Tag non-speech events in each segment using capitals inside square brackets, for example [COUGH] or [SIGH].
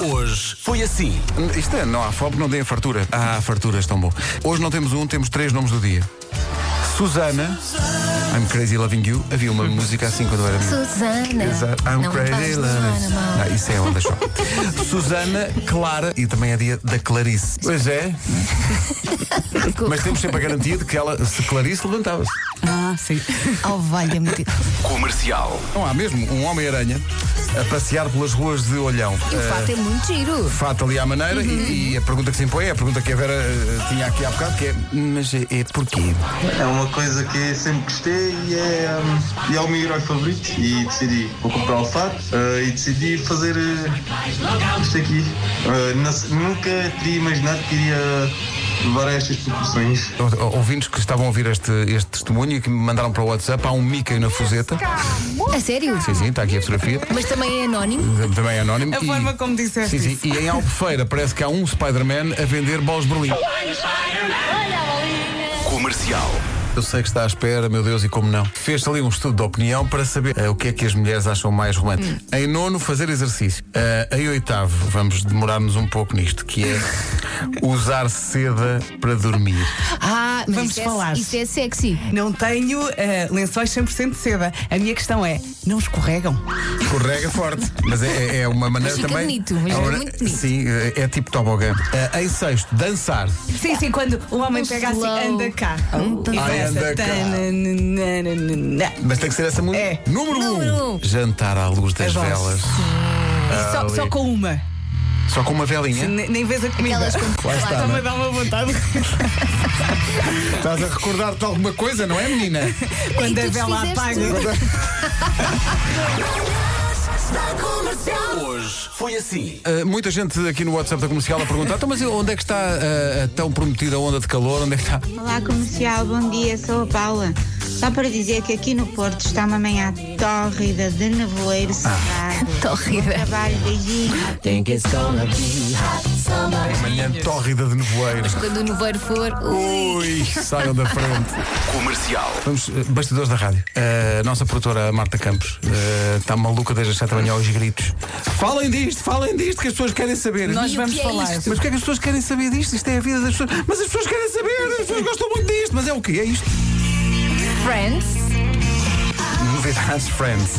Hoje foi assim. Isto é, não há fome, não deem fartura. Ah, farturas tão bom. Hoje não temos um, temos três nomes do dia. Susana. I'm crazy loving you. Havia uma música assim quando eu era miúdo. Susana. Exato. I'm não crazy vais loving levar you. a mal. Não, isso é onda só. Susana, Clara e também é dia da Clarice. Pois é. [LAUGHS] Mas temos sempre a garantia de que ela, se Clarice, levantava-se. [LAUGHS] Ah, sim. Oh, valha-me Deus. Comercial. Não há mesmo um Homem-Aranha a passear pelas ruas de Olhão. E o Eh, fato é muito giro. fato ali à maneira Uhum. e, e a pergunta que se impõe é a pergunta que a Vera eh, tinha aqui há bocado, que é mas é, é porquê? É uma coisa que sempre gostei e é, hum, e é o meu herói favorito. E decidi, vou comprar o fato eh, e decidi fazer eh, isto aqui. Eh, não- nunca teria imaginado que iria levar a estas proporções. O- o- Ouvintes que estavam a ouvir este, este testemunho e que me mandaram para o WhatsApp, há um Mickey na fuzeta. A sério? Sim, sim, está aqui a fotografia. Mas também é anónimo? Também é anónimo. A forma como Sim, disseste sim. isso. E em Albufeira parece que há um Spider-Man a vender bolas de Berlim. Comercial. Eu sei que está à espera, meu Deus, e como não. Fez ali um estudo de opinião para saber eh, o que é que as mulheres acham mais romântico. Hum. Em nono, fazer exercício. Eh, em oitavo, vamos demorar-nos um pouco nisto, que [LAUGHS] é usar seda para dormir. Ah, mas Vamos isso é- falar. isso é sexy. Não tenho eh, lençóis 100% de seda. A minha questão é, não escorregam? Escorrega forte. Mas é, é- é uma maneira Mas fica também. bonito, mas é uma fica maneira- muito bonito. Sim, eh, é tipo tobogã. Eh, em sexto, dançar. Sim, sim, quando o homem Um pega slow. assim, anda cá. Um E Ai, começa, anda cá. tananana. Mas tem que ser essa música. É. Número, Número um. um. É Jantar à luz das Adoro. velas. E só, só com uma. Só com uma velinha. Ne- Nem vês a comida. Aquelas Tá, com- Lá está, Está-me a dar uma vontade. é? Estás a recordar-te de alguma coisa, não é, [LAUGHS] menina? [LAUGHS] quando tu a vela desfizeste apaga. Hoje foi assim. Uh, muita gente aqui no WhatsApp da comercial a perguntar: então, mas onde é que está uh, a tão prometida onda de calor? Onde é que está? Olá comercial, bom dia, sou a Paula. Só para dizer que aqui no Porto está uma manhã tórrida de nevoeiro cerrado. Tá Torrida. Trabalho, beijinho. Manhã tórrida de nevoeiro. Quando o nevoeiro for. ui. Ui, saiam da frente. Comercial. Vamos, uh, bastidores da rádio. Uh, A nossa produtora a Marta Campos uh, está maluca desde as 7 da manhã aos gritos. Falem disto, falem disto, que as pessoas querem saber. Nós E o vamos que é falar. isto? Mas porquê é que as pessoas querem saber disto? Isto é a vida das pessoas. Mas as pessoas querem saber, as pessoas gostam muito disto. Mas é o quê? É isto? Friends. Novidades Friends.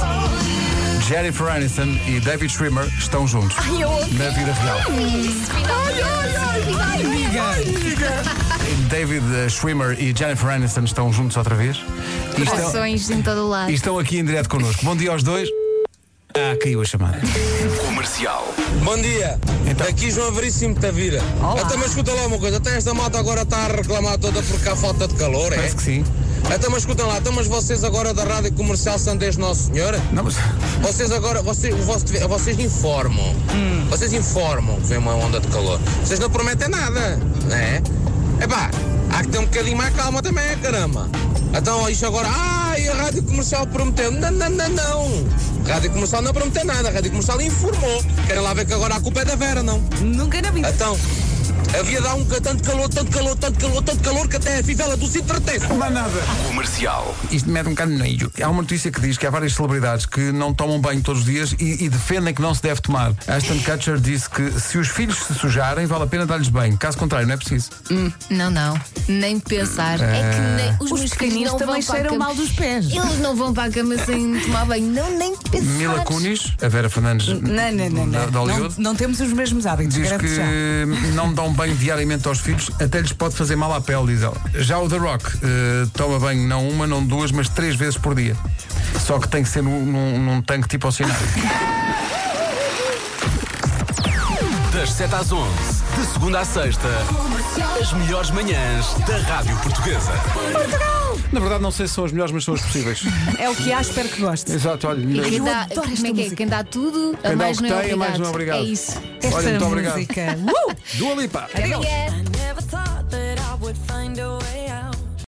Jennifer Aniston e David Schwimmer estão juntos. Ai, eu ouvi. Na vida real. Ai, ai, ai, ai, David eh, Schwimmer e Jennifer Aniston estão juntos outra vez. E estão, Corações em todo o lado. e estão aqui em direto connosco. Bom dia aos dois. Ah, caiu a chamada. Comercial. Bom dia, Então. daqui João Veríssimo Tavira. Até mas escuta lá uma coisa, até esta malta agora está a reclamar toda porque há falta de calor, é? Parece que sim. Até mas escutem lá, então mas vocês agora da Rádio Comercial são desde Nossa Senhora? Não, mas. Vocês agora, vocês, o vosso dever- vocês informam, vocês informam que vem uma onda de calor. Vocês não prometem nada, né? Epá, há que ter um bocadinho mais calma também, caramba. Então isto agora, ai, a Rádio Comercial prometeu. Não, não, não, não. A Rádio Comercial não prometeu nada, a Rádio Comercial informou. Querem lá ver que agora a culpa é da Vera, não? Nunca na Ah, vida. Então, havia dado um ca- tanto calor, tanto calor, tanto calor, tanto calor que até a fivela do cinto reteve. Não há nada. Comercial. Isto mete um bocado no meio. Há uma notícia que diz que há várias celebridades que não tomam banho todos os dias e, e defendem que não se deve tomar. Ashton Kutcher disse que se os filhos se sujarem, vale a pena dar-lhes banho. Caso contrário, não é preciso. Não, não. Nem pensar. É que nem, os, meus filhos não vão para a cama. pés. Eles não vão para a cama sem tomar banho. Não, nem pensar. Mila Kunis, a Vera Fernandes Não, da, não, não, não. da Não, Hollywood, não temos os mesmos hábitos, diz garanto já. que [LAUGHS] não dão banho diariamente aos filhos, até lhes pode fazer mal à pele, diz ela. Já o The Rock eh, toma banho não uma, não duas, mas três vezes por dia. Só que tem que ser num, num- num tanque tipo oceanário. Das 7 às 11. De segunda à sexta. As melhores manhãs da Rádio Portuguesa. [LAUGHS] Na verdade, não sei se são as melhores, mas são as possíveis. É o que há, espero que goste. Exato, olha. E quem Eu dá, adoro como é que esta é? música. Quem dá tudo, a Quem dá o mais, que não tem, é a mais não é obrigado. obrigado. É isso. Esta Olha, muito obrigado. música. Uh! Dua Lipa. Até amanhã. Never thought that I would find a way out.